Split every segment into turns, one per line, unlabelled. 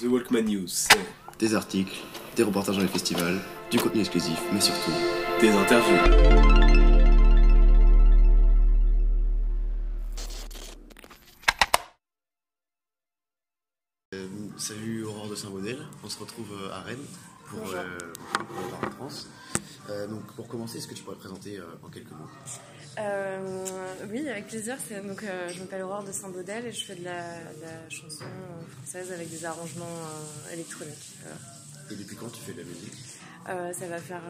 The Walkman News, c'est
Des articles, des reportages dans les festivals, du contenu exclusif, mais surtout.
des interviews.
salut Aurore de Saint-Bonnet, on se retrouve euh, à Rennes pour,
Bonjour.
euh, pour le Parc de France. Euh, donc pour commencer, est-ce que tu pourrais te présenter euh, en quelques mots
Euh, oui, avec plaisir. C'est- Donc, euh, je m'appelle Aurore de Saint-Baudel et je fais de la, de la chanson euh, française avec des arrangements euh, électroniques. Voilà.
Et depuis quand tu fais de la musique
Euh, ça va faire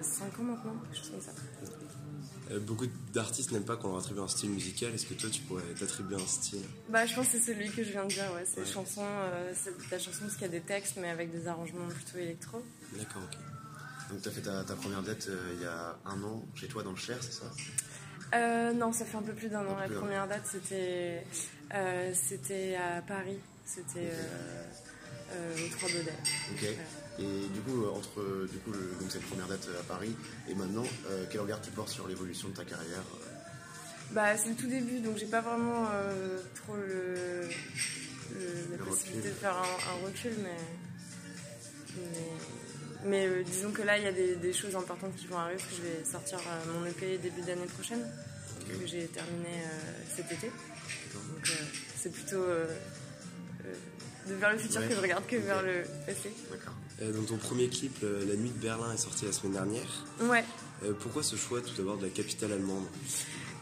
5 ans maintenant, quelque chose comme ça.
Euh, Beaucoup d'artistes n'aiment pas qu'on leur attribue un style musical. Est-ce que toi, tu pourrais t'attribuer un style
Bah, je pense que c'est celui que je viens de dire. Ouais. C'est
Ouais.
chanson, euh, c'est de la chanson parce qu'il y a des textes, mais avec des arrangements plutôt électro.
D'accord, ok.
Donc tu as fait ta, ta première date euh, il y a un an chez toi dans le Cher, c'est ça
Euh, non, ça fait un peu plus d'un an. La
plus d'un an.
première date, c'était euh, c'était à Paris. C'était euh, euh, au Euh, 3 Baudel.
Ok. Et du coup, euh, entre euh, du coup, le- donc cette première date euh, à Paris et maintenant, euh, quel regard tu portes sur l'évolution de ta carrière euh,
Bah, c'est le tout début, donc j'ai pas vraiment euh, trop le, le- la
Le
possibilité
recul.
de faire un, un recul, mais. Mais, mais, euh, disons que là, il y a des, des choses importantes qui vont arriver, parce que je vais sortir euh, mon EP début d'année prochaine, que j'ai terminé euh, cet été. Donc, euh, c'est plutôt euh, euh, de vers le futur
Ouais.
que je regarde que
Ok.
vers le passé.
D'accord.
Euh, donc, ton premier clip, euh, La nuit de Berlin, est sorti la semaine dernière.
Ouais.
Euh, pourquoi ce choix tout d'abord de la capitale allemande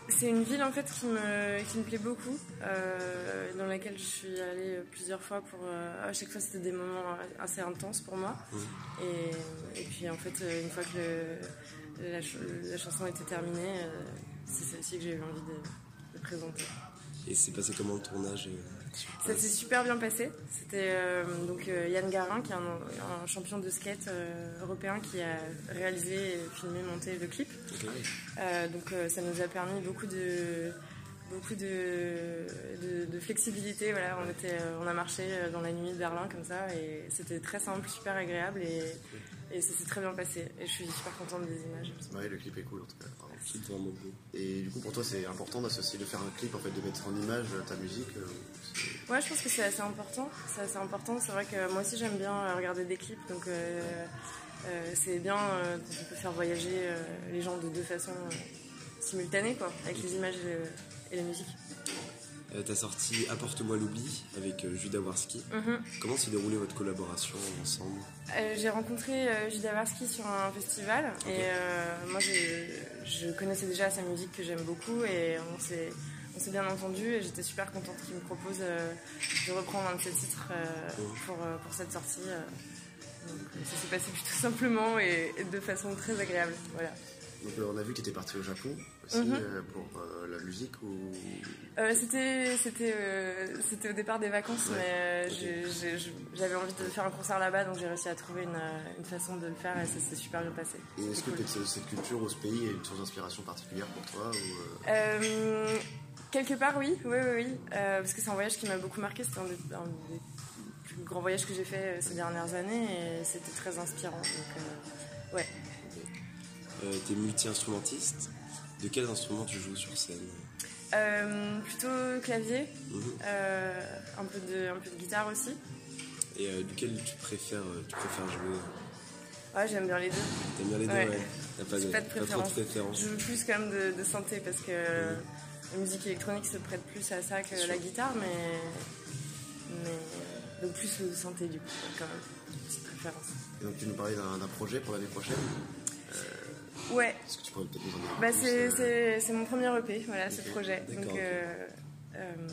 C'est une ville en fait qui me, qui me plaît beaucoup, euh, dans laquelle je suis allée plusieurs fois pour. euh, à chaque fois c'était des moments assez intenses pour moi.
Mhm.
Et, et puis en fait, euh, une fois que le- la, ch- la chanson était terminée, euh, c'est celle-ci que j'ai eu envie de, de présenter.
Et c'est passé comment le tournage euh, sur
Ça
place
s'est super bien passé. C'était euh, donc euh, Yann Garin, qui est un, un champion de skate euh, européen, qui a réalisé, filmé, monté le clip.
Ok.
Euh, donc euh, ça nous a permis beaucoup de beaucoup de, de, de flexibilité voilà on était euh, on a marché euh, dans la nuit de Berlin comme ça et c'était très simple super agréable et, et ça s'est très bien passé et je suis super contente des images
Ouais, le clip est cool en tout cas. Pardon.
Clip vraiment beau.
Et du coup, pour toi, c'est important d'associer, de faire un clip, en fait, de mettre en image euh, ta musique. euh, c'est-
ouais je pense que c'est assez important c'est assez important c'est vrai que moi aussi j'aime bien euh, regarder des clips donc euh, euh, c'est bien euh, quand on peut faire voyager euh, les gens de deux façons euh, simultanées quoi avec les images et, le- et la musique
Euh, T'as sorti Apporte-moi l'oubli avec euh, Judas Warski.
Mhm.
Comment s'est déroulée votre collaboration ensemble
Euh, j'ai rencontré euh, Judas Varsky sur un festival et euh, moi je, je connaissais déjà sa musique que j'aime beaucoup et on s'est on s'est bien entendu et j'étais super contente qu'il me propose euh, de reprendre un de ses titres euh, pour, euh, pour cette sortie. euh. Donc, euh, ça s'est passé plutôt simplement et, et de façon très agréable. Voilà.
Donc, euh, on a vu que tu étais parti au Japon aussi
Mhm.
euh, pour euh, la musique ou.
Euh, c'était c'était euh, c'était au départ des vacances
Ouais.
mais euh,
Ok.
j'ai- j'ai- j'avais envie de faire un concert là-bas donc j'ai réussi à trouver une, euh, une façon de le faire et ça s'est super bien passé.
Et est-ce que
Cool.
peut-être ce- cette culture ou ce pays est une source d'inspiration particulière pour toi ou, euh,
Euh, quelque part, oui, oui, oui, oui. Euh, parce que c'est un voyage qui m'a beaucoup marqué. C'était un des, un des plus grands voyages que j'ai fait euh, ces dernières années et c'était très inspirant. Donc, euh,
Euh, T'es multi-instrumentiste. De quels instruments tu joues sur scène
euh, plutôt clavier,
Mhm.
euh, un, peu de, un peu de guitare aussi.
Et euh, duquel tu préfères, euh, tu préfères jouer
Ouais, j'aime bien les deux.
T'aimes bien les deux
Ouais.
ouais. T'as pas,
J'ai pas de
trop de
préférence.
préférence.
Je joue plus quand même de, de synthé parce que la musique électronique se prête plus à ça que
Bien sûr.
la guitare, mais. mais donc plus le synthé du coup, quand même. Petite préférence.
Et donc, tu nous parlais d'un d'un projet pour l'année prochaine.
Ouais,
Est-ce que tu pourrais peut-être nous en dire
Bah,
plus,
c'est
euh,
c'est- c'est mon premier EP, voilà, ce
ok,
projet.
d'accord,
Donc,
ok.
euh, euh, ben,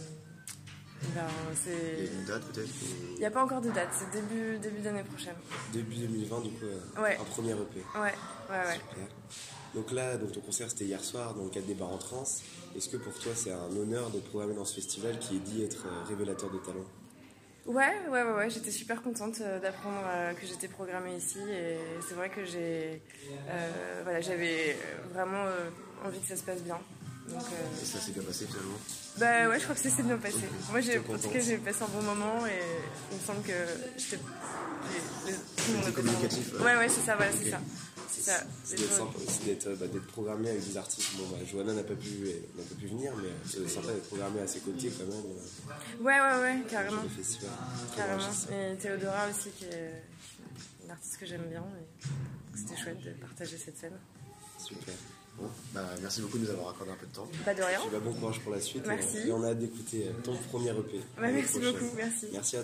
Il y a
c'est.
une date peut-être ou-
Il n'y a pas encore de date, c'est début, début d'année prochaine.
Début 2020, du coup, euh,
Ouais.
un premier EP.
Ouais, ouais, ouais.
Super. Donc là, donc ton concert c'était hier soir dans le cadre des bars en trans. Est-ce que pour toi c'est un honneur d'être programmé dans ce festival qui est dit être euh, révélateur de talent
Ouais, ouais, ouais, ouais, j'étais super contente euh, d'apprendre euh, que j'étais programmée ici et c'est vrai que j'ai. euh, voilà, j'avais vraiment euh, envie que ça se passe bien. Donc, euh,
Et ça s'est bien passé finalement.
Bah ouais, je crois que ça s'est bien passé. Moi, j'ai,
T'es
en tout
contente.
cas, j'ai passé un bon moment et il me semble que j'étais. les- les- tout le monde a passé un bon
communicatif,
moment.
ouais.
Ouais, ouais, c'est ça, voilà, c'est
Ok.
ça. C'est ça.
C'est
des
d'être
choses.
sympa aussi d'être euh, bah, d'être programmé avec des artistes. Bon, bah, Johanna n'a pas, pu- euh, n'a pas pu venir, mais c'est sympa d'être programmé à ses côtés quand même. euh,
Ouais, ouais, ouais, carrément.
sur le festival. Très
Carrément.
enrichissant.
Et Théodora aussi, qui est une artiste que j'aime bien. et donc C'était chouette de partager cette scène.
Super.
Bon, bah, merci beaucoup de nous avoir accordé un peu de temps.
Pas de rien.
Puis, bah, bon courage pour la suite.
Merci.
Et on a hâte d'écouter euh, ton premier EP.
Bah,
l'année
merci
prochaine.
beaucoup, merci.
Merci à toi.